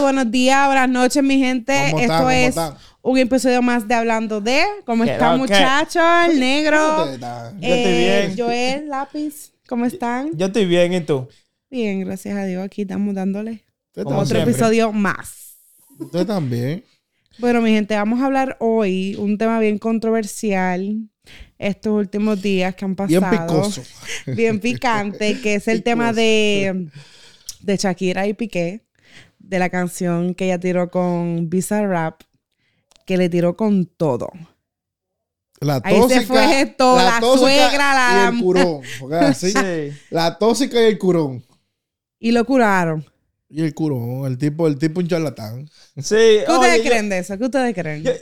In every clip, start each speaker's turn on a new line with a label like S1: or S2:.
S1: buenos días, buenas noches, mi gente.
S2: ¿Cómo
S1: Esto
S2: está? ¿Cómo
S1: es
S2: está?
S1: un episodio más de Hablando de. ¿Cómo
S3: ¿Qué
S1: están,
S3: lo que?
S1: muchachos? El negro. Eh,
S2: Ustedes están-
S3: Yo estoy bien.
S1: Joel, lápiz. ¿Cómo están?
S3: Yo estoy bien, ¿y tú?
S1: Bien, gracias a Dios. Aquí estamos dándole
S2: ustedes
S3: como
S1: otro
S2: están-
S3: siempre.
S1: episodio más.
S2: Ustedes también.
S1: Bueno, mi gente, vamos a hablar hoy un tema bien controversial estos últimos días que han pasado.
S2: Bien picoso.
S1: bien picante, que es el tema de, de Shakira y Piqué, de la canción que ella tiró con Visa Rap, que le tiró con todo.
S2: La
S1: Ahí se
S2: tóxica.
S1: fue todo, la
S2: tóxica
S1: suegra, la-
S2: Y el curón. porque así, La tóxica y el curón.
S1: Y lo curaron.
S2: Y el curón. El tipo, el tipo un charlatán.
S3: Sí.
S1: ¿Qué ustedes
S3: oye, yo-
S1: creen de eso? ¿Qué ustedes creen?
S3: Yo,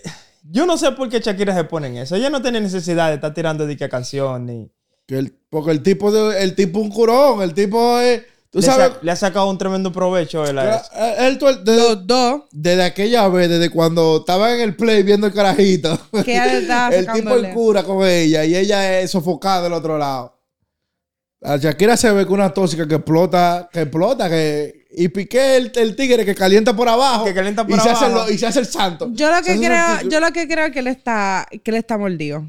S3: yo no sé por qué Shakira se pone en eso. Ella no tiene necesidad de estar tirando de qué canción ni.
S2: Que el- porque el tipo, de, el tipo un curón. El tipo es. Tú
S3: le,
S2: sabes.
S3: sa- le ha sacado un tremendo provecho él a eso.
S2: eh, Él, todo el- desde,
S1: Los dos
S2: desde aquella vez, desde cuando estaba en el play viendo el carajito.
S1: que ella le estaba
S2: El tipo
S1: Ah,
S2: el
S1: sacándole.
S2: cura con ella y ella es sofocada del otro lado. La Shakira se ve con una tóxica que explota, que explota, que. Y Piqué el, el tigre que calienta por abajo.
S3: Que calienta por
S2: y Se hace
S3: abajo.
S2: lo- y se hace el santo.
S1: Yo lo
S2: Se
S1: que
S2: hace el
S1: creo,
S2: santico.
S1: yo lo que creo es que él está, que él está mordido.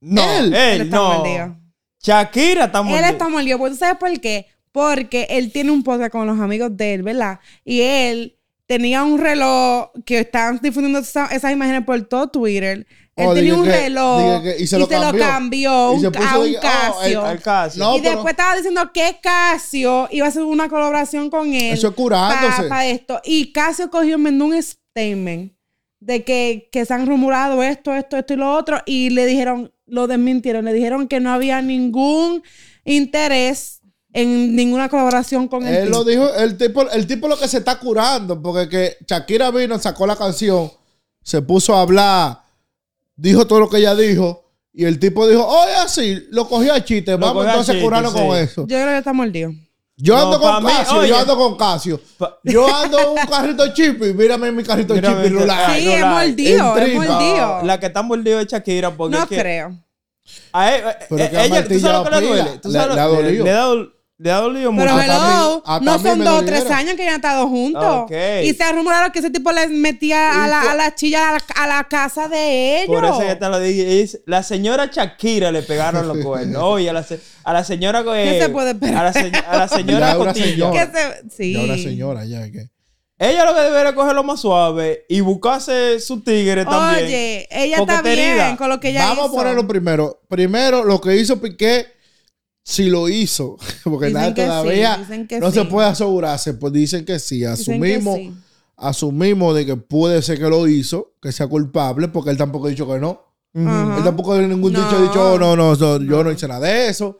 S3: No,
S2: él.
S3: él,
S1: Él está
S3: no.
S1: mordido.
S3: Shakira está
S1: Él
S3: mordida.
S1: está molido. Pues, ¿tú ¿Sabes por qué? Porque él tiene un podcast con los amigos de él, ¿verdad? Y él tenía un reloj que estaban difundiendo esa- esas imágenes por todo Twitter. Él
S2: Oh,
S1: tenía
S2: dije
S1: un
S2: que-
S1: reloj
S2: dije que- y se lo cambió.
S1: cambió
S2: Y
S1: un-
S2: se puso
S1: a un
S2: de- oh,
S1: Casio.
S3: Al Casio.
S2: No,
S1: y
S2: pero-
S1: después estaba diciendo que Casio iba a hacer una colaboración con él.
S2: Eso es curándose.
S1: Para esto. Y Casio cogió y mandó un statement de que, que se han rumorado esto, esto, esto y lo otro. Y le dijeron, lo desmintieron. Le dijeron que no había ningún interés en ninguna colaboración con él.
S2: Él lo dijo, el tipo, el tipo lo que se está curando, porque que Shakira vino, sacó la canción, se puso a hablar, dijo todo lo que ella dijo, y el tipo dijo, oye, así, lo cogió a chiste, vamos
S3: cogió a
S2: entonces a
S3: chiste,
S2: curarnos
S3: sí.
S2: con eso.
S1: Yo creo que está mordido.
S2: Yo
S3: No,
S2: ando
S3: pa'
S2: con
S3: mí,
S2: Casio,
S3: oye.
S2: yo ando con Casio.
S3: Pa-
S2: Yo ando en un carrito chippy, mírame en mi carrito
S3: Mírame
S2: chippy
S3: que-
S2: rulado.
S3: Ay,
S1: sí,
S3: no
S1: es
S3: la-
S1: mordido,
S2: en
S1: es
S2: tripa.
S1: mordido.
S3: La que está mordida es Shakira porque
S1: no
S3: es que-
S1: creo.
S3: A él-
S2: Pero
S3: eh,
S2: que ha
S3: ella, ¿tú sabes lo que le
S2: martillado
S3: duele? ¿Tú sabes
S2: pila. Le-
S3: lo-
S2: le ha dolido.
S3: Le, ha dol- le ha dolido mucho.
S1: Pero
S2: Hasta
S1: hello,
S2: a mí- hasta a
S1: no
S2: mí
S1: son
S2: me
S1: dos o
S2: dolieron.
S1: tres años que ya han estado juntos.
S3: Ok.
S1: Y se ha rumorado que ese tipo les metía a la, a la chilla a la, a la casa de ellos.
S3: Por eso ya te lo dije. Es- la señora Shakira le pegaron los cuernos. Oye, a la, se- a la señora. eh,
S1: ¿Qué se puede esperar?
S3: A la, se- a la
S2: Ya
S3: señora
S2: una
S3: Cotilla.
S2: señora.
S1: Que se- sí.
S2: Y ahora señora, ya es que.
S3: Ella lo que debería es cogerlo más suave y buscarse su tigre también.
S1: Oye, ella
S3: Porque
S1: está
S3: te
S1: bien
S3: herida.
S1: con lo que ella
S2: Vamos
S1: hizo.
S2: a ponerlo primero. Primero, lo que hizo Piqué, si lo hizo, porque
S1: Dicen
S2: nada,
S1: que sí,
S2: todavía
S1: dicen que
S2: no
S1: sí.
S2: se puede asegurarse, pues dicen que sí,
S1: Dicen que
S2: asumimos,
S1: sí.
S2: asumimos de que puede ser que lo hizo, que sea culpable, porque él tampoco ha dicho que no.
S1: Ajá.
S2: Él tampoco tiene ningún
S1: No.
S2: dicho, ha dicho, "Oh, no, no, no, yo no hice nada de eso.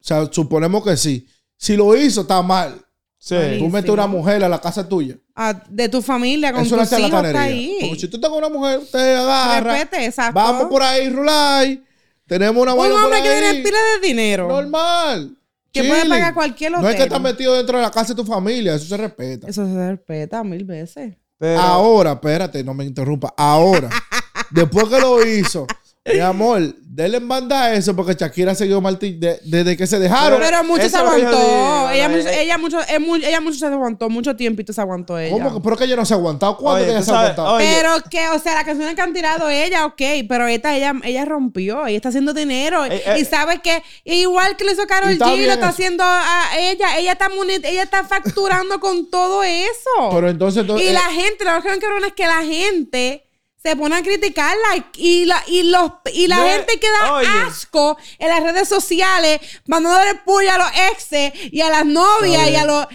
S2: O sea, suponemos que sí. Si lo hizo, está mal.
S3: Sí.
S1: Ay.
S2: Tú metes
S1: Buenísimo.
S2: una mujer a la casa tuya.
S1: Ah, de tu familia, con
S2: Eso
S1: tus
S2: no es
S1: hijos, está
S2: charlatanería.
S1: ahí.
S2: Porque si tú estás con una mujer, te agarra.
S1: Respete, exacto.
S2: Vamos por ahí, Rulay. Tenemos una
S1: Un
S2: buena
S1: hombre que tiene
S2: ahí.
S1: pila de dinero.
S2: Normal.
S1: Que puede
S2: Chilling.
S1: pagar cualquier
S2: No es que
S1: hotel.
S2: estás metido dentro de la casa de tu familia. Eso se respeta.
S1: Eso se respeta mil veces.
S3: Pero,
S2: Ahora, espérate, no me interrumpa. Ahora, después que lo hizo, mi amor, denle en banda a eso porque Shakira siguió Martín desde que se dejaron.
S1: Pero mucho se
S3: eso es lo que yo
S1: aguantó.
S3: digo,
S1: Ella
S3: no,
S1: mucho,
S3: eh,
S1: ella, mucho, eh, mu- ella mucho se aguantó, mucho tiempito se aguantó ella.
S2: ¿Cómo que? Pero que ella no se ha aguantado. ¿Cuándo
S3: Oye,
S2: que ella
S3: tú
S2: se ha
S3: sabes,
S2: aguantado?
S3: oye.
S1: Pero que, o sea, las canciones que han tirado ella, ok, pero esta ella, ella rompió, ella está haciendo dinero.
S3: Eh, eh.
S1: y sabe que, igual que lo hizo
S2: Y
S1: Carol
S2: está
S1: G,
S2: bien
S1: lo está
S2: eso.
S1: haciendo a ella, ella está monet- ella está facturando con todo eso.
S2: Pero entonces,
S1: y
S2: entonces, eh,
S1: la gente, lo que me cabrón es que la gente se pone a criticarla y la, y los, y la
S3: No,
S1: gente que da
S3: oye.
S1: asco en las redes sociales, mandándole puya a los exes y a las novias
S2: Está
S1: y a
S2: bien.
S1: los.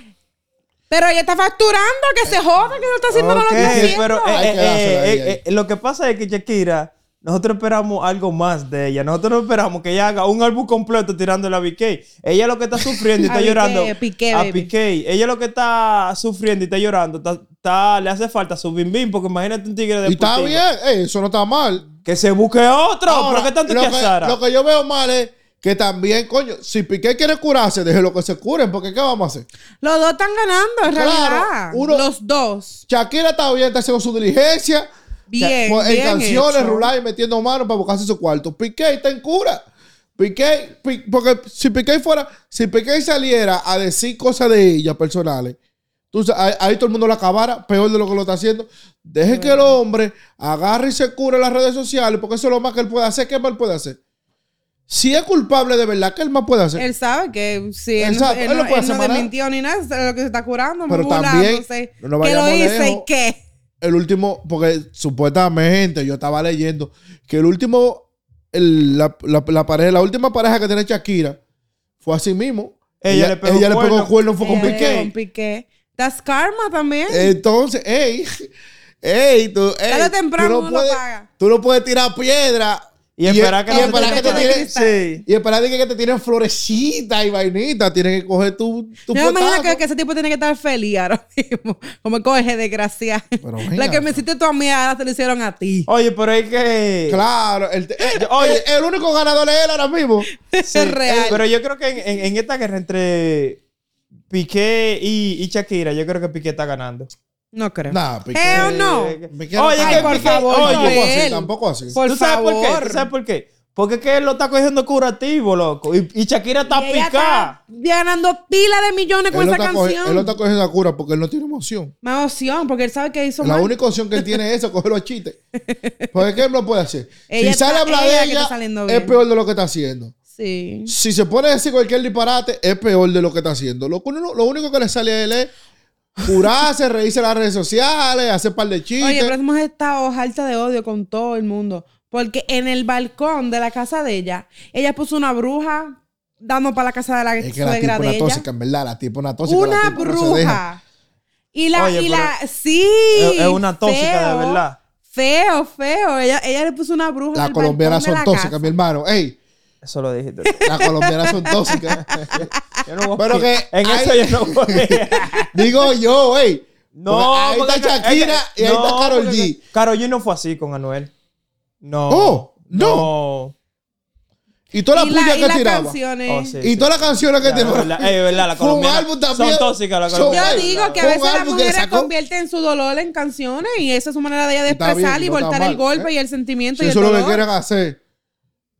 S1: Pero ella está facturando, que se joda, que no está haciendo lo
S3: ok,
S1: que está haciendo.
S3: pero eh,
S2: Hay que
S3: eh,
S2: dársela
S3: eh,
S2: ahí,
S3: eh, lo que pasa es que Shakira, nosotros esperamos algo más de ella. Nosotros no esperamos que ella haga un álbum completo tirándole a BK. Ella lo que está sufriendo y
S1: A
S3: está
S1: BK,
S3: llorando.
S1: Piqué,
S3: a
S1: baby.
S3: Piqué. Ella lo que está sufriendo y está llorando. está- está- le hace falta su bim bim, porque imagínate un tigre de
S2: y está
S3: putido.
S2: bien. Ey, eso no está mal.
S3: Que se busque otro.
S2: Ahora,
S3: ¿Pero qué tanto
S2: lo,
S3: que
S2: que, lo que yo veo mal es que también, coño, si Piqué quiere curarse, déjelo que se curen, porque ¿qué vamos a hacer?
S1: Los dos están ganando, en
S2: Claro,
S1: realidad.
S2: uno-
S1: Los dos.
S2: Shakira está bien, está haciendo su diligencia.
S1: Bien,
S2: Pues,
S1: bien
S2: en canciones,
S1: hecho.
S2: rular y metiendo manos para buscarse su cuarto. Piqué está en cura. Piqué, Pi- porque si Piqué fuera, si Piqué saliera a decir cosas de ella personales, Tú sa- ahí, ahí todo el mundo la acabara, peor de lo que lo está haciendo. Deje que el hombre agarre y se cure en las redes sociales, porque eso es lo más que él puede hacer. ¿Qué más él puede hacer? Si es culpable de verdad, ¿qué él más puede hacer?
S1: Él sabe que si él, no- él
S2: Exacto, él
S1: no,
S2: no puede
S1: él no
S2: hacer más nada.
S1: desmintió ni nada, es lo que se está curando,
S2: Pero
S1: burlándose.
S2: también, no nos
S1: que lo
S2: vayamos
S1: hice
S2: lejos.
S1: y qué.
S2: el último, porque supuestamente yo estaba leyendo que el último, el- la, la- la pareja, la última pareja que tiene Shakira fue así mismo.
S3: Ella le pegó cuerno.
S2: cuerno, fue con
S1: Ella le
S2: Piqué. Eh,
S1: dio Eh, Con Piqué. Das karma también.
S2: Entonces, ey, ey, tú, ey,
S1: Tarde o temprano
S2: tú
S1: uno
S2: no
S1: lo
S2: puedes,
S1: paga.
S2: tú no puedes tirar piedra
S3: Y esperar que
S2: y
S3: la-
S2: esperar que te
S1: Con
S2: tiren,
S1: cristal.
S3: Sí.
S2: y esperar de que, que te tiren florecitas y vainitas, tienes que coger tu, tu
S1: Yo me imagino
S2: puestazo.
S1: que, que ese tipo tiene que estar feliz ahora mismo. Como coge desgracia.
S2: Pero
S1: La
S2: venga.
S1: que me hiciste tú a mí, ahora te lo hicieron a ti.
S3: Oye, pero es que.
S2: Claro, el, el-
S3: Oye.
S2: el- el único ganador es él ahora mismo.
S1: Es
S3: Sí, eh,
S1: real.
S3: Pero yo creo que en, en- en esta guerra entre Piqué y, y Shakira, yo creo que Piqué está ganando.
S1: no creo.
S2: Nah, Piqué.
S1: Eh, no.
S3: Eh,
S2: Piqué no
S3: Oye,
S2: está
S3: que
S1: Ay, por
S3: Piqué-
S1: favor,
S3: oye,
S1: no.
S2: tampoco así,
S1: él.
S2: tampoco así.
S1: Por
S3: ¿Tú sabes por qué?
S1: favor.
S3: ¿Tú sabes por qué? Porque es que él lo está cogiendo curativo, loco. Y, y Shakira está
S1: Y
S3: picada.
S1: ella está ganando pila de millones con
S2: él, lo
S1: esa
S2: está cogi- él lo
S1: canción.
S2: está cogiendo a cura porque él no tiene emoción.
S1: Más opción, porque él sabe que hizo
S2: la
S1: mal.
S2: única opción que él tiene es eso, cogerlo a chiste. Porque ¿qué él no puede hacer?
S1: Ella
S2: si sale a
S1: está-
S2: hablar
S1: ella
S2: de
S1: que está
S2: ella,
S1: saliendo
S2: es
S1: bien.
S2: peor de lo que está haciendo.
S1: Sí.
S2: Si se pone a decir cualquier disparate, es peor de lo que está haciendo. Lo, que uno- lo único que le sale a él es curarse, reírse en las redes sociales, hacer par de chistes.
S1: Oye, pero esa mujer está hojalta de odio con todo el mundo. Porque en el balcón de la casa de ella, ella puso una bruja dando para la casa de la
S2: es que la
S1: suegra
S2: tipa
S1: de
S2: una
S1: ella.
S2: tóxica, en verdad, la tipa una tóxica. la
S1: una
S2: tipa no se deja.
S1: bruja. y la,
S3: Oye,
S1: y
S3: pero
S1: la, sí.
S3: es- es una tóxica, de verdad.
S1: Feo, feo. Ella, ella le puso una bruja. en
S2: Las
S1: el
S2: colombianas
S1: balcón de
S2: son
S1: la
S2: tóxicas,
S1: casa.
S2: mi hermano. Ey,
S3: Eso lo dijiste.
S2: las colombianas son tóxicas.
S3: Yo no voy-
S2: Pero que
S3: en
S2: hay-
S3: eso yo no voy.
S2: Digo yo, ey.
S3: No,
S2: Porque ahí
S3: porque
S2: está
S3: es que-
S2: Shakira
S3: es que-
S2: y ahí está
S3: no,
S2: Karol
S3: porque-
S2: G.
S3: Karol G no fue así con Anuel. No.
S2: Oh, no.
S3: No.
S2: Y todas
S1: Y
S2: las
S1: la-
S2: pullas
S1: y
S2: que
S1: las
S2: tiraba.
S1: canciones.
S3: Oh, sí.
S2: Y todas las canciones que
S3: Ya, es
S2: tiraba.
S3: verdad, es eh, verdad, las
S2: Fue un
S3: colombianas
S2: álbum también.
S3: son tóxicas, las
S2: Son-
S3: colombianas.
S1: Yo
S2: Ey,
S1: digo que a
S2: fue un
S1: veces las
S2: álbum que le
S1: mujeres
S2: sacó.
S1: convierten su dolor en canciones y esa es su manera de ella de
S2: Está bien,
S1: expresar y
S2: no está
S1: voltar el
S2: mal,
S1: golpe
S2: ¿eh?
S1: y el sentimiento
S2: Si
S1: y el
S2: eso es lo que
S1: dolor.
S2: quieren hacer.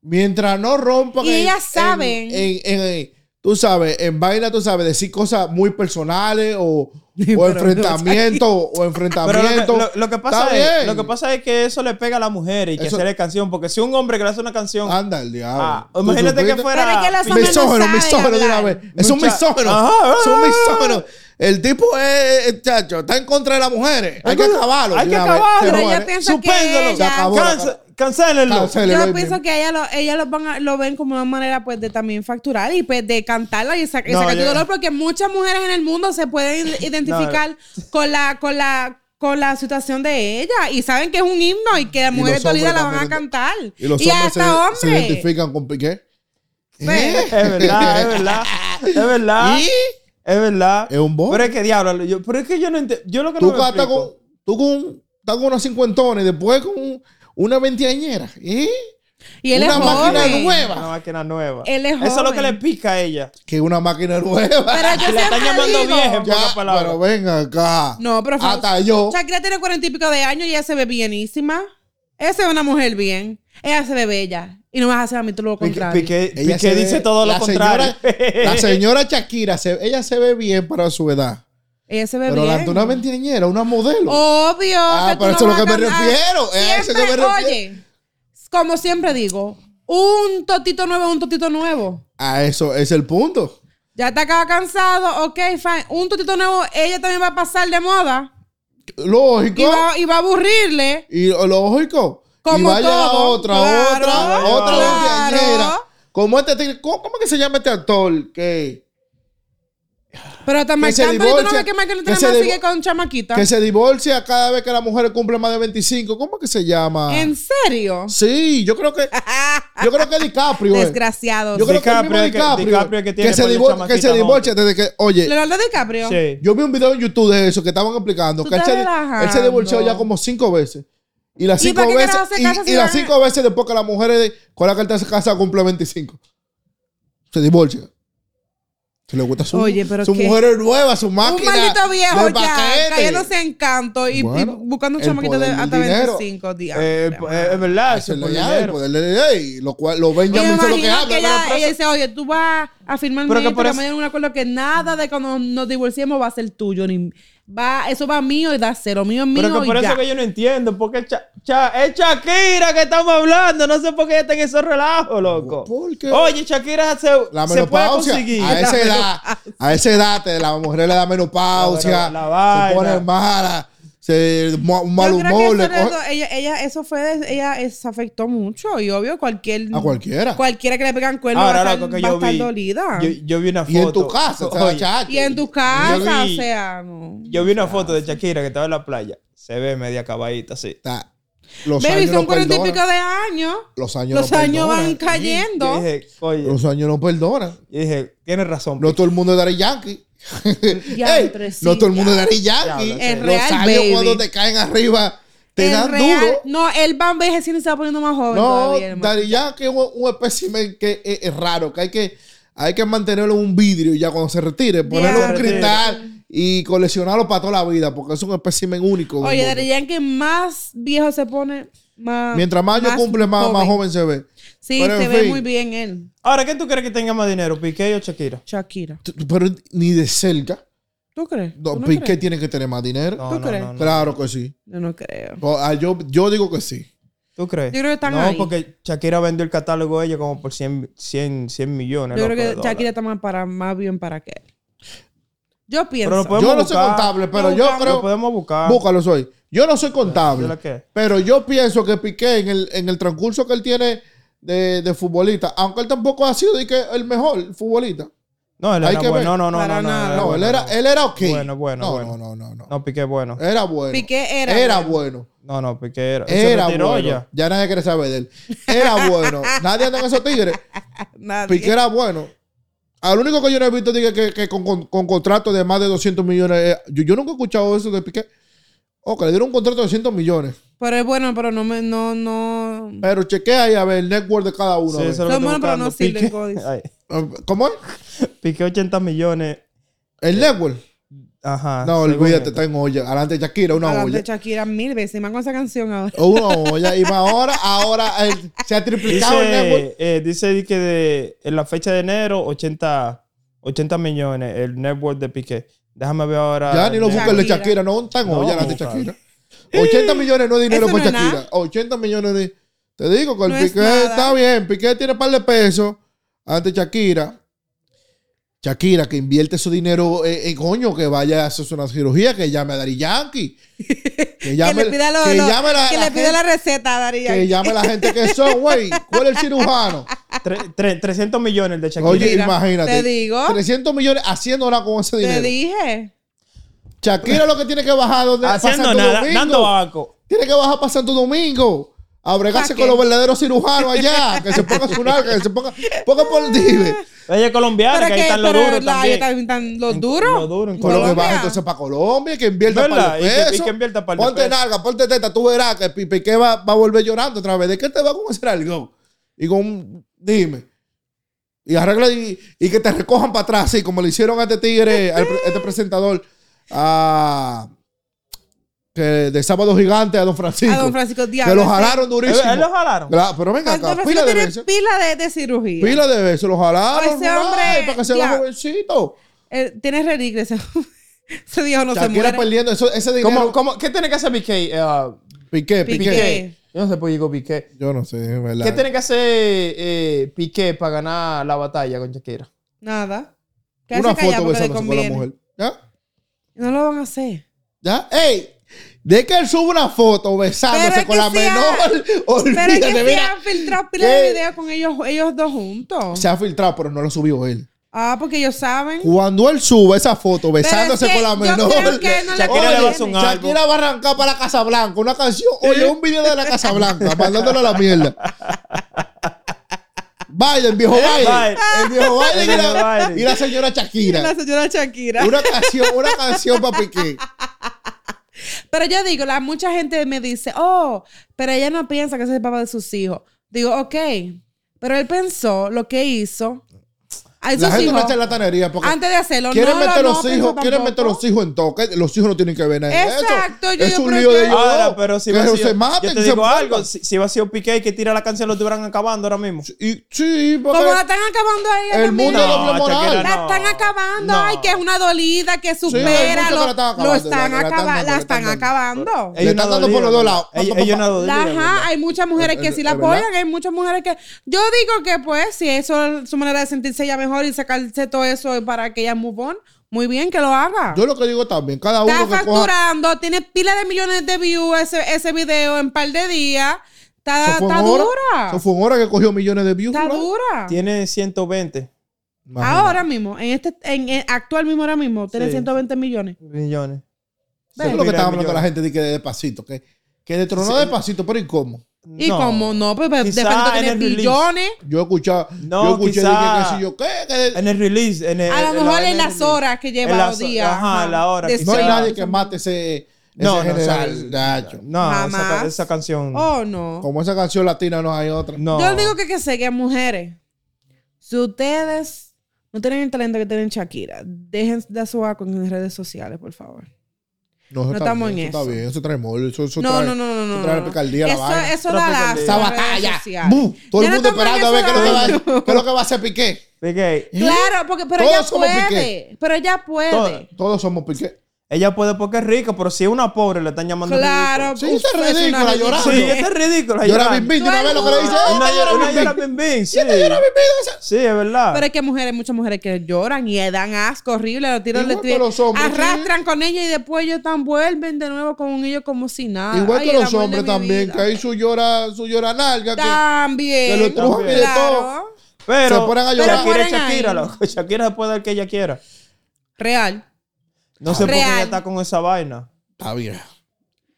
S2: Mientras no rompan.
S1: Y
S2: en-
S1: ellas saben.
S2: En, en- en- tú sabes, en vaina, tú sabes, decir cosas muy personales o,
S1: Pero no,
S2: o enfrentamiento. o
S3: Pero lo
S2: enfrentamiento.
S3: que, lo- lo que
S2: Está
S3: pasa es,
S2: bien.
S3: lo que pasa es que eso le pega a la mujer y que
S2: Eso-
S3: se le canción. Porque si un hombre que le hace una canción.
S2: Anda el diablo.
S3: ah,
S2: ¿Tú
S3: imagínate que
S2: supiste?
S3: fuera.
S1: Pero es que los hombres no
S2: Misógeno,
S1: saben
S2: misógeno de una
S1: hablar.
S2: vez. Es un
S3: Mucha-
S2: misógeno.
S3: Ajá.
S2: Es un misógeno. El tipo es, chacho, está en contra de las mujeres. Hay que acabarlo.
S3: Hay
S2: de
S3: que
S2: una vez.
S3: acabarlo.
S2: Se
S1: Pero
S2: muere.
S1: ella piensa que
S3: Suspéndelo.
S1: ella...
S2: Se acabó.
S3: Canc- Cancélenlo.
S2: Cancélenlo.
S1: Yo
S2: Ahí
S1: pienso
S2: mismo.
S1: que ella lo, ella lo, van a- lo ven como una manera pues de también facturar y pues de cantarla y, sa- y
S3: No,
S1: sacar tu
S3: yo-
S1: dolor porque muchas mujeres en el mundo se pueden identificar con la con la con la situación de ella y saben que es un himno y que las
S2: Y
S1: mujeres
S2: los hombres
S1: dolidas la van a
S2: también.
S1: cantar
S2: Y los
S1: y,
S2: hombres, se,
S1: hasta
S2: se
S1: hombres pues,
S2: identifican con Piqué.
S1: Ve.
S3: Es verdad, es verdad. Es
S1: Ah,
S3: verdad.
S2: ¿Eh? ¿Y?
S3: Es verdad.
S2: Es un bobo.
S3: Pero es que diablo. Yo, pero es que yo no entiendo. Yo lo que no
S2: Tú
S3: me
S2: estás
S3: explico-
S2: con, tú con, estás con una cincuentona y después con un- una veinteañera. ¿Eh?
S1: y él
S2: Una
S1: es
S2: máquina
S1: joven
S2: nueva.
S3: Una máquina nueva.
S1: Él es
S3: Eso es lo que le
S1: joven.
S3: pica a ella.
S2: Que una máquina nueva.
S1: pero yo
S3: La están
S1: siempre
S3: llamando
S1: digo-
S3: vieja, en pocas
S2: Ya,
S3: palabras.
S2: pero venga acá.
S1: no pero
S2: Hasta yo.
S1: Shakira tiene cuarenta y pico de años y ella se ve bienísima esa es una mujer bien ella se ve bella y no vas a hacer a mí todo lo
S3: Piqué,
S1: contrario
S3: Piqué-
S2: Ella
S3: Piqué
S2: se ve-
S3: dice todo lo
S2: la
S3: contrario.
S2: Señora, la señora Shakira, se- ella se ve bien para su edad.
S1: ella se ve
S2: Pero
S1: bien Oh.
S2: la de una veinteañera, una modelo.
S1: Obvio.
S2: Ah,
S1: que tú
S2: pero eso
S1: no
S2: es lo
S1: vas
S2: que me
S1: a-
S2: refiero, a eso
S1: Siempre,
S2: que me refiero.
S1: Oye, como siempre digo, un totito nuevo, es un totito nuevo.
S2: A eso es el punto.
S1: Ya te acaba cansado, ok, fine. Un totito nuevo, ella también va a pasar de moda
S2: Lógico.
S1: y va, y va a aburrirle.
S2: Y lógico. y
S1: Como
S2: va a llegar
S1: todo,
S2: otra,
S1: claro,
S2: otra, otra
S1: claro.
S2: veinteañera. Como este tigre- ¿cómo, cómo que se llama este actor? Que,
S1: Pero te
S2: Que se
S1: marcando ahorita no
S2: divorcia,
S1: ves que Michael
S2: que
S1: Anthony
S2: se
S1: más
S2: divor-
S1: sigue con chamaquita.
S2: que se divorcia cada vez que la mujer cumple más de 25. ¿Cómo que se llama?
S1: ¿En serio?
S2: Sí, yo creo que yo creo que DiCaprio. es.
S1: Desgraciado.
S2: Yo creo que el mismo
S3: DiCaprio, que-
S2: DiCaprio,
S3: DiCaprio que tiene
S2: se,
S3: por la
S2: divor-
S3: chamaquita
S2: que se
S3: joven.
S2: divorcia desde que, oye,
S1: Leonardo DiCaprio.
S3: Sí.
S2: Yo vi un video en YouTube de eso que estaban explicando.
S1: Tú
S2: Que él se,
S1: estás relajando.
S2: él se divorció ya como cinco veces. Y las
S1: ¿Y
S2: cinco
S1: para qué
S2: veces.
S1: carajo se
S2: y-
S1: casa si
S2: Y,
S1: van
S2: las
S1: a-
S2: cinco veces después que la mujer de- con la que él está casado cumple 25. Se divorcia. Que le gusta su,
S1: Oye, pero
S2: su
S1: qué-
S2: mujer es nueva, su máquina.
S1: Un maldito viejo
S2: de
S1: ya,
S2: paquete.
S1: cayéndose en canto y, y
S2: Bueno,
S1: buscando un
S2: el
S1: chamaquito de
S2: poder del
S1: hasta
S2: dinero. pues,
S1: 25 días.
S3: Eh, eh, es verdad,
S2: Eso
S3: eso
S2: es
S3: por
S2: legal, el
S3: dinero.
S2: poder de la ley, Lo cual, lo
S1: Y me
S2: Benjamin sé lo que
S1: imagino
S2: habla.
S1: que
S2: pero
S1: ella,
S2: preso.
S1: ella dice, oye, tú vas afirmar
S3: Pero que por
S1: que
S3: eso-
S1: me dieron un acuerdo que nada de cuando nos divorciemos va a ser tuyo. Ni, va, eso va mío y da cero. Mío es mío
S3: Pero que
S1: y
S3: por eso
S1: ya.
S3: que yo no entiendo, porque Cha- Cha- es Shakira que estamos hablando, no sé por qué ella está en esos relajos, loco.
S2: ¿Por qué?
S3: Oye, Shakira se,
S2: Pues, La
S3: se puede
S2: menopausia.
S3: conseguir.
S2: A esa edad, a esa edad, te- la mujer le da
S3: La-
S2: menopausia.
S3: la- la
S2: se pone
S3: vaina.
S2: mala. Se mu- un mal
S1: Yo creo que
S2: humor. le
S1: eso era
S2: coge-
S1: eso- ella, ella, eso fue, de- ella eh, se afectó mucho y obvio cualquier...
S2: A cualquiera.
S1: Cualquiera que le pegan cuernos va a
S3: Ahora,
S1: estar,
S3: loco, que
S1: va a
S3: yo
S1: estar
S3: vi.
S1: dolida.
S3: Yo, yo vi una foto.
S2: Y en tu casa, se
S3: Oye,
S2: agachaste.
S1: y en tu
S3: yo
S1: casa,
S3: vi-
S1: o sea, no.
S3: Yo vi una foto de Shakira que estaba en la playa. Se ve media acabadita, sí.
S2: Está- Los
S1: Baby,
S2: años
S1: son
S2: no
S1: cuarenta y
S2: perdonan.
S1: pico de años.
S2: Los años
S1: Los
S2: no
S1: años van
S2: perdonan.
S1: cayendo.
S3: Yo dije, oye,
S2: Los años no perdonan.
S3: yo dije, tienes razón.
S2: No todo el mundo es Daddy Yankee. Ey,
S1: pero sí,
S2: no todo el mundo es
S1: ya.
S2: Daddy Yankee.
S3: Diablo,
S1: Es
S2: Los
S1: real,
S2: años
S1: baby.
S2: cuando te caen arriba te
S1: El
S2: dan
S1: real-
S2: duro.
S1: No, él va envejeciendo y se va poniendo más joven
S2: No,
S1: todavía, hermano.
S2: Daddy Yankee es un, un espécimen que es, es raro, que hay que, hay que mantenerlo en un vidrio ya cuando se retire, ponerlo en un
S1: Ya,
S2: cristal y coleccionarlo para toda la vida, porque es un espécimen único. en el
S1: Oye,
S2: mundo.
S1: Daddy Yankee más viejo se pone, más...
S2: Mientras más años cumple, más joven. más joven se ve.
S1: Sí,
S2: Pero,
S1: se
S2: en
S1: ve
S2: fin,
S1: muy bien él,
S3: Ahora, ¿quién tú crees que tenga más dinero, Piqué o Shakira?
S1: Shakira.
S2: t- t- Pero ni de cerca.
S1: ¿Tú crees?
S2: No,
S1: ¿Tú no
S2: Piqué
S1: crees?
S2: tiene que tener más dinero.
S3: No,
S1: ¿Tú
S3: no,
S1: crees?
S3: no, no.
S2: Claro que sí.
S1: Yo no creo.
S2: O- ah, Yo, yo digo que sí.
S3: ¿Tú crees?
S1: Yo creo que están
S3: no,
S1: ahí.
S3: porque Shakira vendió el catálogo de ella como por 100, 100, 100 millones.
S1: Yo
S3: loco,
S1: creo
S3: de
S1: que
S3: dólares.
S1: Shakira está más, para, más bien para que él. Yo
S3: Pero
S1: pienso.
S3: lo podemos
S2: Yo no soy
S3: buscar.
S2: contable,
S1: Lo
S2: pero yo
S1: buscamos.
S3: Lo
S2: creo.
S3: podemos buscar.
S2: Búscalo, soy. Yo no soy
S3: ¿De
S2: contable.
S3: Ah. la qué?
S2: Pero yo pienso que Piqué en el, en el transcurso que él tiene de, de futbolista, aunque él tampoco ha sido de que el mejor futbolista.
S3: No, él
S2: Hay
S3: era
S2: que ver.
S3: bueno. No, no, no,
S1: Para
S3: no, no,
S1: nada.
S3: no.
S2: No,
S3: Ah, bueno,
S2: él era,
S3: no.
S2: él era ok.
S3: Bueno, bueno,
S2: no,
S3: bueno.
S2: no, no, no, no.
S3: No, Piqué bueno.
S2: Era bueno.
S1: Piqué era
S2: bueno.
S3: No, no, Piqué era. se
S2: Era
S3: retiró
S2: bueno.
S3: ya.
S2: Ya nadie quiere saber de él. Era bueno. Nadie anda en esos tigres.
S1: Nadie.
S2: Piqué era bueno. Al único que yo no he visto dije que, que con, con, con contrato de más de 200 millones. eh, yo, yo nunca he escuchado eso de Piqué. O que le dieron un contrato de 200 millones.
S1: Pero es bueno, pero no me, no, no.
S2: Pero chequea ahí a ver el network de cada uno.
S3: Sí,
S2: a ver. Eh,
S3: eso es lo
S1: Son
S3: que
S1: buenos,
S3: estoy
S1: pero no
S3: buscando.
S1: sirven, Códice.
S3: Ay,
S2: ¿Cómo es?
S3: Piqué 80 millones.
S2: El network.
S3: Ajá.
S2: No,
S3: Ah, según esto.
S2: olvídate, está en olla. Adelante Shakira, una
S1: Adelante,
S2: olla.
S1: Shakira mil veces. Y más con esa canción ahora.
S2: O Una olla. Y más ahora, ahora eh, se ha triplicado el network.
S3: Dice, eh, dice que de, en la fecha de enero, 80, 80 millones el network de Piqué. Déjame ver ahora.
S1: Ah,
S2: Ya ni lo
S3: el
S2: buscan de
S1: Shakira.
S2: Shakira, no Oh, está en
S3: No,
S2: olla adelante
S3: busca.
S2: Shakira. 80 millones no es
S1: Eh,
S2: dinero
S1: Eso
S2: para
S1: no es
S2: Shakira.
S1: nada.
S2: 80 millones de. Te digo que el
S1: No es
S2: Piqué
S1: nada.
S2: está bien. Piqué tiene un par de pesos ante Shakira. Shakira que invierte su dinero eh, eh, coño, que vaya a hacerse una cirugía, que llame a Daddy Yankee. Que
S1: Que
S2: llame,
S1: le pida, lo-
S2: que
S1: lo-
S2: llame la,
S1: que
S2: la
S1: le pida
S2: gente-
S1: la receta, Daría.
S2: que llame la gente que son, güey. ¿Cuál es el cirujano?
S3: Tre- tre- 300 millones el de Shakira.
S2: Oye,
S1: Mira,
S2: imagínate.
S1: te digo.
S2: 300 millones haciendo nada con ese
S1: Te
S2: dinero.
S1: dije.
S2: Shakira lo que tiene que bajar donde
S3: haciendo
S2: Santo
S3: nada,
S2: Domingo.
S3: dando banco.
S2: Tiene que bajar para Santo Domingo. A bregarse
S1: ¿Pa qué?
S2: con los verdaderos cirujanos allá. Que se ponga su narca, que se ponga. Ponga por el dile.
S3: Ella es colombiana,
S1: Pero
S3: que ahí
S1: que,
S3: están los
S1: pero
S3: duros
S1: la- ellos
S3: también. ¿Eh,
S1: también están los
S3: En-
S1: duros.
S3: lo duro en
S2: Con lo que
S1: Colombia.
S2: baja entonces para Colombia, que invierta
S3: ¿Verdad?
S2: para
S3: Y que- y
S2: pesos.
S3: que invierta par de
S2: Ponte
S3: pesos.
S2: narga, ponte teta, tú verás que Pipe que va, va a volver llorando otra vez. ¿De qué te va a conocer algo? Y con un- dime. Y arregla y, y que te recojan para atrás, así como le hicieron a este tigre, al pre- este presentador, a, que de Sábado Gigante a Don Francisco.
S1: A don Francisco Diablo.
S2: que lo
S1: sí.
S2: jalaron
S3: Él,
S2: durísimo.
S3: él ¿eh, lo jalaron.
S2: Claro, pero venga
S1: Don
S2: acá,
S1: Francisco
S2: pila de
S1: tiene
S2: veces.
S1: pila de, de cirugía.
S2: Pila de veces, lo jalaron.
S1: Ese
S2: ay,
S1: hombre,
S2: para que se vea
S1: ya.
S2: jovencito.
S1: Eh, tiene reliquia ese, ese viejo no se
S2: Shakira
S1: muere.
S2: perdiendo eso- ese dinero.
S3: ¿Cómo, cómo, ¿Qué tiene que hacer Piqué? Eh, ah,
S2: Piqué, Piqué.
S1: Piqué.
S3: Yo no sé por qué digo Piqué.
S2: Yo no sé, en verdad.
S3: ¿Qué tiene que hacer eh, Piqué para ganar la batalla con Shakira?
S1: Nada. Que
S2: Una
S1: se calla
S2: foto
S1: porque le
S2: besándose con la
S1: conviene.
S2: mujer. ¿Ya?
S1: No lo van a hacer.
S2: ¿Ya? ¡Ey! De que él sube una foto
S1: Pero
S2: besándose
S1: es que
S2: con la
S1: sí
S2: menor.
S1: Pero es que
S2: Olvídate,
S1: se
S2: mira.
S1: han filtrado pila de
S2: ¿Qué?
S1: videos con ellos, ellos dos juntos.
S2: Se ha filtrado, pero no lo subió él.
S1: ah, porque ellos saben.
S2: Cuando él sube esa foto besándose
S1: es que
S2: con la
S1: yo
S2: menor,
S1: creo que no le
S3: Shakira le va a
S2: oye,
S3: hacer un álbum.
S2: Shakira va a arrancar para la Casa Blanca, una canción, oye, un video de la Casa Blanca, mandándole a la mierda. Biden, viejo Biden,
S3: Eh, Biden.
S2: el viejo Biden,
S3: El
S2: y, la,
S3: viejo Biden.
S2: y la señora
S1: La
S2: Shakira,
S1: señora Shakira.
S2: una canción, una canción para Piqué.
S1: Pero yo digo, la, mucha gente me dice, oh, pero ella no piensa que ese es el papá de sus hijos. Digo, ok, pero él pensó lo que hizo a
S2: La
S1: esos
S2: gente no
S1: hijos
S2: hace latanería porque
S1: antes de hacerlo.
S2: quieren
S1: no lo
S2: meter los
S1: anoten,
S2: hijos,
S1: eso
S2: quieren meter
S1: tampoco.
S2: los hijos en toque. Los hijos no tienen que ver nada de eso.
S1: Exacto, yo
S2: es
S1: digo,
S2: un
S1: pero
S2: lío
S1: es
S2: de
S1: que-
S2: ellos.
S3: Ahora,
S2: dos,
S3: pero si
S2: que
S3: hubiese sido-
S2: se maten,
S3: yo te
S2: se
S3: digo
S2: muerdan.
S3: algo, si, si hubiese sido Piqué que tira la canción, lo estuvieran acabando ahora mismo.
S2: Y, sí, porque
S1: Como la están acabando a ella
S2: el
S1: también.
S2: mundo
S3: No,
S2: doble moral.
S3: Shakira,
S1: La
S3: No.
S1: están acabando.
S3: No.
S1: Ay, que es una dolida que
S2: hay
S1: supera.
S2: muchos que
S1: lo,
S2: la están
S1: lo
S2: acabando,
S1: están
S2: la- la
S1: acabando.
S2: están
S1: La están
S2: dando, la están
S1: acabando.
S2: Le están dando por los dos lados.
S3: Ellos,
S2: Pa, pa,
S3: ellos
S2: pa.
S3: no dolían,
S1: Ajá, hay muchas mujeres que
S2: Es-
S1: sí
S2: es
S1: la
S2: verdad.
S1: apoyan, hay muchas mujeres que... Yo digo que pues, si eso es su manera de sentirse ella mejor y sacarse todo eso para que ella move on, muy bien que lo haga.
S2: Yo lo que digo también, cada uno
S1: Está
S2: que coja.
S1: facturando, tiene pila de millones de views ese, ese video en par de días. Está,
S2: Eso fue
S1: está
S2: en hora.
S1: dura.
S2: Eso fue en hora que cogió millones de views.
S1: está
S2: ¿verdad?
S1: dura.
S3: Tiene 120
S2: Imagínate.
S1: Ahora mismo, en este, en, en- actual mismo ahora mismo, tiene
S3: Sí.
S1: 120 millones.
S3: millones.
S2: Eso es lo que estaba hablando con la gente de que de despacito, que, que detronó
S3: Sí.
S2: despacito, pero ¿y cómo?
S1: Y como no, pues pues, de
S3: Quizá
S1: pronto
S3: en
S1: tiene
S3: el release.
S1: billones.
S2: Yo escuchaba,
S3: No,
S2: yo escuché de
S3: quizá-
S2: que,
S3: Eh,
S2: que si yo qué, que-
S3: En el release. En el,
S1: A lo
S3: en
S1: mejor
S3: la-
S1: en
S3: el
S1: las
S3: release.
S1: horas que
S3: En
S1: lleva
S3: las
S1: los días.
S3: horas, ajá, la hora,
S1: De
S3: quizá.
S2: no hay
S1: seis.
S2: nadie que mate ese, ese
S3: No, no,
S2: general.
S3: o sea,
S2: Nacho.
S3: No,
S1: Jamás.
S3: esa, esa canción.
S1: Oh, no.
S2: Como esa canción latina no hay otra.
S3: No.
S1: Yo digo que, que sé que mujeres, si ustedes no tienen el talento que tienen Shakira, dejen de asoar con las redes sociales, por favor.
S2: eso
S1: No
S2: está
S1: estamos
S2: bien,
S1: en
S2: eso.
S1: eso.
S2: Está bien, eso trae mol, eso, eso
S1: No,
S2: trae,
S1: no, no, no, no.
S2: eso trae
S1: no.
S2: la picardía, la
S1: Eso,
S2: vaina.
S1: eso da
S3: Otra
S1: la
S3: picardía.
S2: Esa batalla. ¡Bum! Todo el mundo esperando a ver qué es lo que va a- qué es lo que va a hacer Piqué.
S3: Piqué,
S1: Claro, porque, pero
S2: ¿Eh? Todos
S1: ella
S2: somos
S1: puede.
S2: Piqué.
S1: Pero ella puede.
S3: Todos.
S2: Todos somos Piqué.
S3: ella puede porque es rica, pero si es una pobre le están llamando
S1: Claro.
S2: Sí, está
S1: uf, es
S2: ridícula,
S1: una
S2: llorando.
S3: ridícula.
S1: ridícula.
S3: Sí, esta es ridícula.
S2: Llora
S3: llorar.
S2: Bim Bim, de una vez lo que le dice.
S1: Todo
S2: ¡eh,
S3: Una
S2: esta
S3: llora,
S2: llora
S3: una
S2: Bim Bim!
S3: llora Bim Bim, sí.
S2: Esta llora Bim Bim, esa-
S3: Sí, es verdad.
S1: Pero es que mujeres, muchas mujeres que lloran y dan asco horrible, los tiran
S2: Igual
S1: le
S2: que
S1: tiran-
S2: los hombres,
S1: arrastran con ella y después ellos tan vuelven de nuevo con ellos como si nada.
S2: Igual
S1: Ay,
S2: que
S1: el
S2: los
S1: amor de
S2: hombres
S1: mi
S2: también,
S1: vida.
S2: que hay su llora, su llora nalga, que
S1: También.
S2: que lo trujan y de
S1: claro.
S2: todo.
S3: Pero,
S2: Se ponen a
S3: pero Shakira
S2: llorar.
S3: es
S1: Pero ponen
S3: Shakira,
S1: ahí.
S3: loco. Shakira se puede dar que ella quiera.
S1: Real.
S3: No sé por qué
S1: Real.
S3: ella está con esa vatina.
S2: está bien.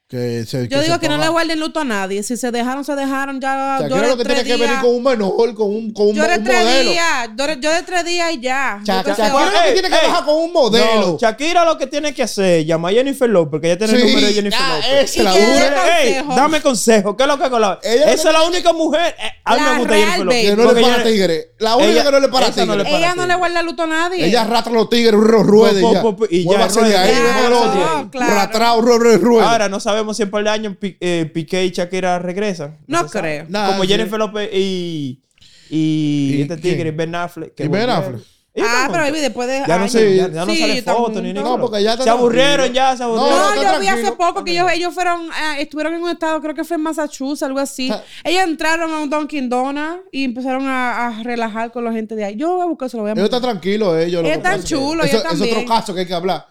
S2: Que se,
S1: Yo digo
S2: se
S1: que no
S2: ponga-
S1: le guarden luto a nadie. Si se dejaron, se dejaron. Ya
S2: Shakira
S1: lloré
S2: lo que
S1: tres
S2: tiene que venir
S1: días.
S2: con un menor, con un, con un,
S1: Lloré
S2: un
S1: tres
S2: modelo.
S1: días. Lloré lloré tres días y ya. Yo qué
S2: Shakira
S1: sé,
S2: Shakira lo que
S3: Ey,
S2: tiene que
S3: ey.
S2: bajar con un modelo.
S3: No, Shakira lo que tiene que hacer es llamar a Jennifer López, que ella tiene el número de Jennifer
S2: ah,
S3: López.
S2: esa es la
S1: Y que-
S2: dura.
S1: Dame
S3: Ey,
S1: consejo.
S3: dame consejo. ¿Qué es lo que hago? La...
S2: Ella
S3: Esa
S2: no
S3: es
S2: tiene-
S3: la única mujer. eh, a mí
S1: La
S3: me gusta
S1: real
S3: Jennifer López.
S1: baby.
S2: Que no le
S3: Porque
S2: para
S3: ella-
S2: tigre. La única
S3: ella-
S2: que no le para
S3: esa no
S2: tigre.
S3: le para
S1: Ella no
S3: ti.
S1: le guarda luto a nadie.
S2: Ella arrastra los tigres, ru- ruede
S3: Po,
S2: y ya.
S3: po, po, y ya,
S2: Vuelva a hacerle
S3: ruede.
S2: ahí,
S1: Claro,
S2: déjalo otro.
S1: no, claro.
S2: Ratrao, ru- ru- ruede.
S3: Ahora no sabemos si en par de años Pi- eh, Piqué y Shakira regresan.
S1: No
S3: se sabe.
S1: creo.
S2: Nada,
S3: Como
S2: sí.
S3: Jennifer López y, y,
S2: ¿Y
S3: este tigre,
S2: quién?
S3: Ben Affleck. que
S2: ¿Y Ben
S3: volvieron.
S2: Affleck?
S3: Ellos
S1: Ah,
S3: están
S1: pero
S3: juntos.
S1: baby, después de.
S3: Ya no,
S1: años.
S3: se, ya, ya no
S1: Sí,
S3: sale
S1: están
S3: foto ni
S1: juntos.
S3: nada.
S2: No, porque ya está
S3: se aburrieron
S2: tranquilo.
S3: ya, se aburrieron.
S2: No,
S1: No,
S2: está
S1: yo vi hace
S2: tranquilo.
S1: poco que ellos, ellos fueron, ah, estuvieron en un estado, creo que fue en Massachusetts, algo así.
S2: Ah.
S1: Ellos entraron a un Dunkin' Donuts y empezaron a, a relajar con la gente de ahí. Yo voy a buscar, se lo voy a
S2: Ellos
S1: mandar.
S2: están tranquilos, eh, ellos. lo
S1: Ellos
S2: que
S1: están
S2: pasa es que
S1: chulos,
S2: eso-
S1: ellos
S2: Es otro
S1: también.
S2: caso que hay que hablar.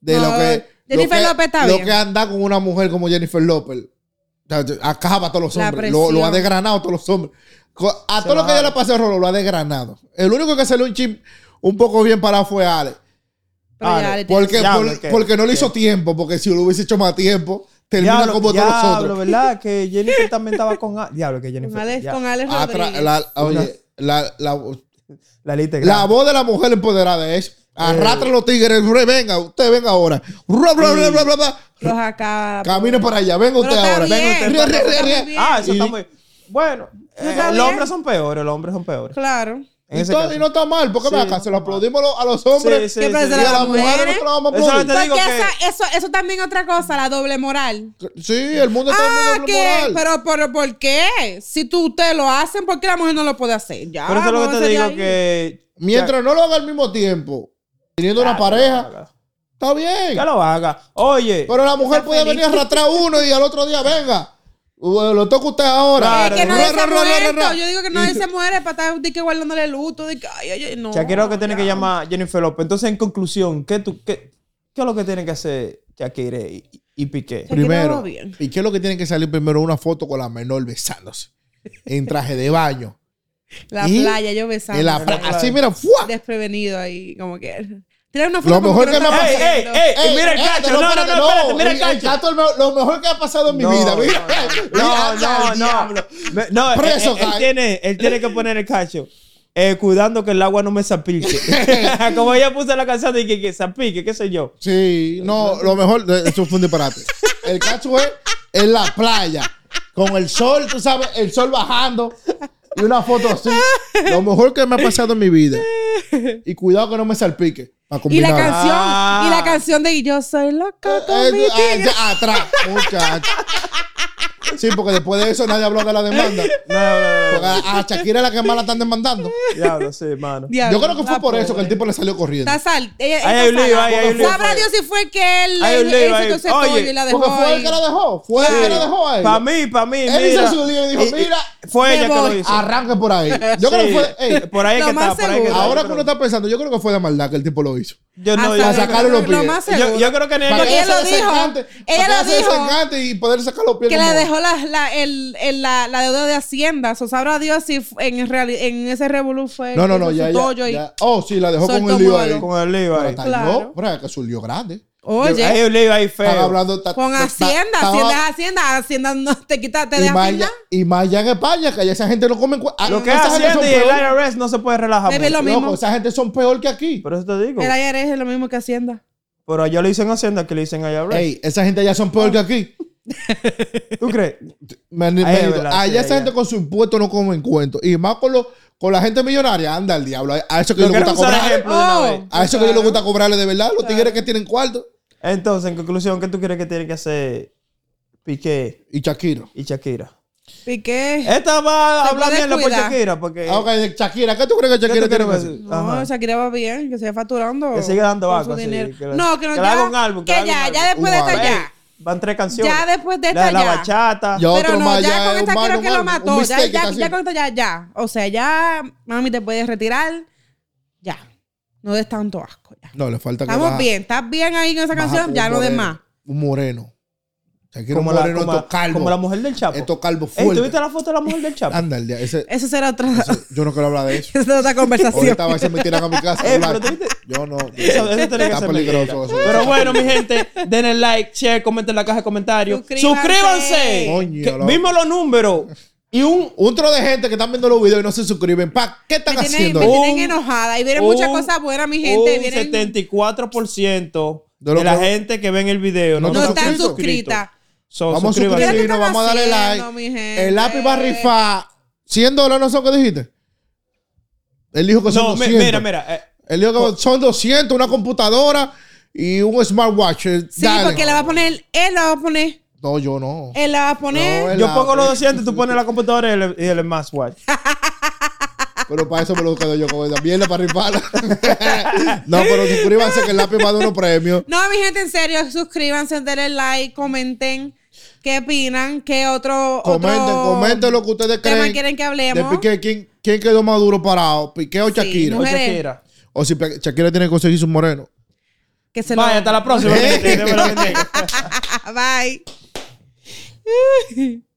S2: De
S1: No,
S2: lo que.
S1: Jennifer
S2: lo que,
S1: López está
S2: Lo
S1: bien.
S2: que anda con una mujer como Jennifer López. O sea, Acaba a todos los
S1: La
S2: hombres. Lo, lo ha
S1: presión.
S2: desgranado a todos los hombres. Co- A todo lo que
S3: bajaron.
S2: ella le pasó a Rolo, lo ha desgranado. El único que salió un chip un poco bien parado fue Ale.
S1: Pero
S3: Ah,
S1: ya
S3: no,
S1: le tienen-
S2: Porque,
S3: Diablo,
S2: por-
S3: que-
S2: porque no le hizo tiempo. Porque si lo hubiese hecho más tiempo, termina
S3: Diablo,
S2: como todos los
S3: diablo,
S2: otros.
S3: ¿verdad? Que Jennifer también estaba con... A- Diablo, que Jennifer...
S1: con Alex,
S3: ya.
S1: con Alex
S2: Atra-
S1: Rodríguez.
S2: la, oye, la, la,
S3: La lista es
S2: la
S3: grande.
S2: voz de la mujer empoderada es arrastra los tigres, re, venga, usted venga ahora. Bla, bla, bla, bla, bla, bla.
S1: Los acaba.
S2: Camine para allá,
S1: Pero
S2: venga usted
S1: está
S2: ahora.
S1: bien,
S2: Venga usted.
S1: está
S2: Re, re, re,
S1: muy
S2: re.
S1: bien.
S3: Ah, eso
S2: Y-
S3: está muy... Bueno, eh,
S1: está
S3: los
S1: bien.
S3: hombres son peores, los hombres son peores.
S1: Claro.
S3: En
S2: Y
S3: ese
S2: todo-
S3: caso.
S2: y no está mal, porque
S3: Sí,
S2: me acá
S3: no
S2: se
S3: está
S2: lo
S3: mal.
S2: aplaudimos a los- a los hombres.
S3: Sí,
S1: ¿Qué
S3: sí,
S1: parece
S2: Y a
S1: la-
S3: sí.
S2: las mujeres no
S1: mujeres.
S2: te lo vamos a
S3: Eso no
S2: aplaudir.
S3: te digo
S1: Porque
S3: que-
S1: esa- eso, eso también es otra cosa, la doble moral.
S2: Sí, el mundo está
S1: Ah,
S2: en
S1: ¿qué?
S2: el moral.
S1: Pero, pero ¿por qué? Si tú, ustedes lo hacen, ¿por qué la mujer no lo puede hacer? Ya,
S3: Pero eso es lo que
S1: vamos
S3: te
S1: a
S3: digo
S1: hacer de ahí.
S3: que...
S2: Mientras no lo haga al mismo tiempo, teniendo una pareja, está bien.
S3: Ya lo haga. Oye.
S2: Pero la mujer puede venir a arrastrar uno y al otro día, venga, u- lo toca usted ahora.
S3: Claro.
S1: Es Eh, que nadie
S2: Ra,
S1: se
S2: ra,
S1: ha
S2: ra, ra, ra,
S1: muerto.
S2: ra.
S1: Yo digo que nadie se muere para estar de que guardándole luto. De que, ay, ay, ay, no.
S3: Shakira lo que tiene
S1: ya.
S3: que llamar Jennifer López. Entonces, en conclusión, ¿qué, tú, qué, qué es lo que tiene que hacer Shakira y, y Piqué?
S1: Shakira
S2: Primero.
S1: va bien.
S2: ¿Y qué es lo que tiene que salir primero? Una foto con la menor besándose. En traje de baño.
S1: La
S2: ¿Y?
S1: playa, yo besando.
S2: En la pla- Así, mira, ¡fua!
S1: Desprevenido ahí, como que. Tiene una
S2: Lo
S1: foto como
S2: mejor
S1: no
S2: que me ha
S1: está
S2: pasado-
S3: ¡Ey,
S1: pasando.
S3: ey, ey!
S2: Ey,
S3: ¡Mira el
S2: eh,
S3: cacho! No, no, no,
S2: espérate,
S3: espérate, mira el
S2: el- el
S3: cacho.
S2: gato es lo- lo mejor que ha pasado en mi
S3: No,
S2: vida.
S3: no,
S2: Mira.
S3: No,
S2: Mira,
S3: no,
S2: al
S3: no.
S2: diablo.
S3: Me- No,
S2: Preso,
S3: él, él- él
S2: cae.
S3: tiene, él tiene que poner el cacho. Eh, cuidando que el agua no me zapique. Como ella puso la canción de que, que zapique, qué sé yo.
S2: Sí, no, lo mejor, eh, eso fue un disparate. El cacho es en la playa, con el sol, tú sabes, el sol bajando. y una foto así. Lo mejor que me ha pasado en mi vida. Y cuidado que no me salpique.
S1: Y
S2: Para
S1: la
S2: combinar.
S1: canción,
S3: Ah.
S1: y la canción de Yo soy loca con
S2: Eh,
S1: mi
S2: eh, ah,
S1: tigre.
S2: ya, atrás, muchacho. Sí, porque después de eso nadie habló de la demanda.
S3: No, no,
S2: Porque a a Shakira es la que más la están demandando.
S3: no. Diablo, sí, mano.
S1: Diablo,
S2: Yo creo que fue
S1: la
S2: por eso que el
S1: pobre.
S2: tipo le salió corriendo.
S1: Está sal. ella-
S3: Ahí
S1: ella
S3: hay un
S1: está
S3: lío,
S1: salada.
S3: ahí hay un lío.
S1: Sabrá Dios si fue que él
S3: Hay un lío,
S1: él
S3: hay-
S1: hizo ese
S3: oye,
S1: tollo y la dejó.
S2: Porque fue el
S1: ahí.
S2: que la dejó. Fue el que la dejó a él.
S3: Para mí, para mí.
S2: Él
S3: mira.
S2: hizo su lío y dijo,
S3: Y- y-
S2: mira,
S3: Fue
S1: me
S3: ella que
S1: voy.
S3: lo hizo.
S2: Arranque por ahí. Ah, Yo creo que
S3: Sí,
S2: fue. ey,
S3: Por ahí es
S1: Lo
S3: que
S1: más
S3: está. Por ahí es que
S1: seguro.
S3: está.
S2: ahora
S3: Yo
S2: que uno
S3: creo-
S2: está pensando, yo creo que fue de maldad que el tipo lo hizo.
S3: Yo no,
S1: Hasta
S3: yo-
S2: Para sacarle los
S1: lo
S2: pies.
S1: más
S3: Yo,
S1: seguro.
S3: yo creo que en el-
S2: Para
S1: Porque
S2: que
S1: ella
S2: se
S1: lo dijo.
S2: desencante,
S1: Ella
S2: para
S1: lo
S2: que ella
S1: dijo.
S2: se desencante y poder sacar los pies.
S1: que
S2: como
S1: le
S2: ahora.
S1: dejó la, la, el, el- la, la deuda de Hacienda. So, sabrá Dios si fu- en, reali- en ese revolú fue
S2: No, no, no,
S1: hizo
S2: ya,
S1: su
S2: ya,
S1: tollo y-
S2: ya. Oh, sí, la dejó con
S1: soltó
S2: el lío
S1: muelo.
S2: ahí.
S3: Con el lío
S2: Pero
S3: ahí.
S2: hasta
S1: Claro.
S2: yo, pero es que es un lío grande.
S3: Hay
S1: Oye,
S3: un lío ahí
S2: Están
S3: feo.
S2: hablando... ta-
S1: con
S2: ta- ta-
S1: Hacienda,
S2: estaba-
S1: Hacienda es Hacienda, Hacienda no te quita, te
S2: y
S1: deja
S2: más
S1: sin
S2: allá-
S1: nada.
S2: y más allá en España, que allá esa gente no come... en cua- ah,
S3: Lo que
S2: esa gente son
S3: Hacienda y el
S2: peor.
S3: IRS no se puede relajar.
S1: Bebe,
S3: mucho.
S1: lo mismo.
S2: Loco, esa gente son peor que aquí.
S3: Por eso te digo.
S1: El IRS es lo mismo que Hacienda.
S3: Pero allá le dicen Hacienda que le dicen IRS.
S2: Ey, esa gente allá son peor que aquí.
S3: ¿Tú crees?
S2: Me- me-
S3: es verdad, sí,
S2: allá esa
S3: allá.
S2: gente con su impuesto no come en cuento. Y más con, los- con la gente millonaria, anda el diablo. A eso que yo
S3: Yo
S2: le
S3: quiero
S2: gusta
S3: usar
S2: cobrar.
S3: ejemplo de una
S1: Oh.
S3: vez.
S2: A eso que yo le gusta cobrarle de verdad. Los tigres que tienen cuarto.
S3: Entonces, en conclusión, ¿qué tú crees que tiene que hacer Piqué
S2: Y Shakira.
S3: y Shakira?
S1: Piqué.
S3: Esta va a
S1: Se
S3: hablar
S1: puede
S3: bien por
S1: cuidar.
S3: Shakira porque
S2: Ah, ok, de Shakira. ¿Qué tú crees que
S3: ¿Qué tú
S2: Shakira tiene
S3: crees
S2: que
S3: que
S2: hacer?
S3: hacer?
S1: No,
S3: Ajá.
S1: Shakira va bien, que siga facturando.
S3: Que siga dando
S1: con
S3: vaca,
S1: su
S3: sí,
S1: dinero.
S3: que la-
S1: no, que no,
S3: que le
S1: ya.
S3: haga un álbum, que
S1: que
S3: le haga
S1: ya,
S3: un
S1: ya
S2: álbum.
S1: después de
S2: Un
S1: esta
S3: Ey,
S1: ya.
S3: van tres canciones.
S1: Ya después de
S3: La,
S1: esta
S3: la
S1: ya.
S3: bachata.
S2: Ya otro
S1: Pero no,
S2: más,
S1: ya
S2: ya
S1: con esta
S2: es un
S1: quiero
S2: mal,
S1: que
S2: un
S1: lo
S2: mal,
S1: mató.
S2: un
S1: Ya,
S2: mistake que está
S1: ya, ya
S2: haciendo.
S1: con esta ya, ya. O sea, ya, mami, te puedes retirar. Ya. No des tanto asco. Ya.
S2: No, le falta que
S1: Estamos
S2: baja-
S1: bien, estás bien ahí en esa
S2: baja
S1: canción,
S2: un
S1: ya no des
S2: moreno.
S1: más.
S2: Un moreno. Shakira
S3: como,
S2: un
S3: la,
S2: moreno,
S3: como,
S2: estos
S3: la,
S2: calvos.
S3: como la mujer del Chapo.
S2: Estos calvos
S3: Ey, ¿tú
S2: fuertes. Ah,
S3: viste la foto de la mujer del Chapo?
S2: Anda el día. Ese,
S1: Esa será otra, esa
S2: yo no quiero hablar de eso.
S1: será otra conversación.
S2: Ahorita a veces me tiran a mi casa.
S3: Eh,
S2: Black.
S3: pero tú viste-
S2: Yo no.
S3: Eso, eso tiene que
S2: Está
S3: ser
S2: peligroso eso.
S3: mentira. Pero bueno, mi gente, denle like, share, comenten en la caja de comentarios.
S1: Suscríbanse.
S3: Suscríbanse.
S2: Coño,
S3: Que-
S2: loco.
S3: Vimos los números. Y un
S2: Un tro de gente que están viendo los videos y no se suscriben. Pa, ¿qué
S1: Me
S2: están
S1: tienen,
S2: haciendo?
S1: me
S2: ahí?
S1: tienen
S3: Un-
S1: enojada. Y vienen
S3: un-
S1: muchas cosas buenas, mi gente.
S3: un
S1: vienen-
S3: 74%
S2: De
S3: de,
S2: lo
S3: la
S2: que-
S3: gente que ven el video no,
S2: No
S1: no
S2: están
S1: están
S2: suscritos.
S1: suscritas.
S3: So,
S2: Vamos a
S3: suscríbanse.
S1: ¿Qué es lo que
S2: suscribirnos,
S1: están
S2: vamos a darle
S1: haciendo, mi
S2: like.
S1: gente?
S2: El lápiz va a rifar 100 dólares, ¿no son que dijiste? Él dijo que son
S3: No, mi-
S2: 200.
S3: mira, mira. eh,
S2: Él dijo que son 200, una computadora y un smartwatch. Eh,
S1: Sí,
S2: dale.
S1: porque le va a poner, él la va a poner,
S2: No, yo no.
S1: él la va a
S2: No,
S1: poner.
S2: él-
S3: yo
S2: la-
S3: pongo los 200, tú pones la computadora y el, y el smartwatch.
S2: Pero para eso me lo quedo yo con esa mierda para rifarla. no, pero suscríbanse que el lápiz va a dar unos premios.
S1: No, mi gente, en serio, suscríbanse, denle like, comenten qué opinan, qué otro.
S2: Comenten,
S1: otro
S2: comenten lo que ustedes
S1: tema
S2: creen.
S1: quieren que
S2: De
S1: hablemos.
S2: Piqué, ¿quién, quién quedó más duro parado? ¿Piqué o
S1: Sí,
S2: Shakira?
S1: mujer. Mujeres.
S3: Shakira.
S2: O si Pe- Shakira tiene que conseguir su moreno.
S1: Que se Ah,
S3: Vaya,
S1: lo...
S3: hasta la próxima. mi gente. Dios me la bendiga.
S1: Bye.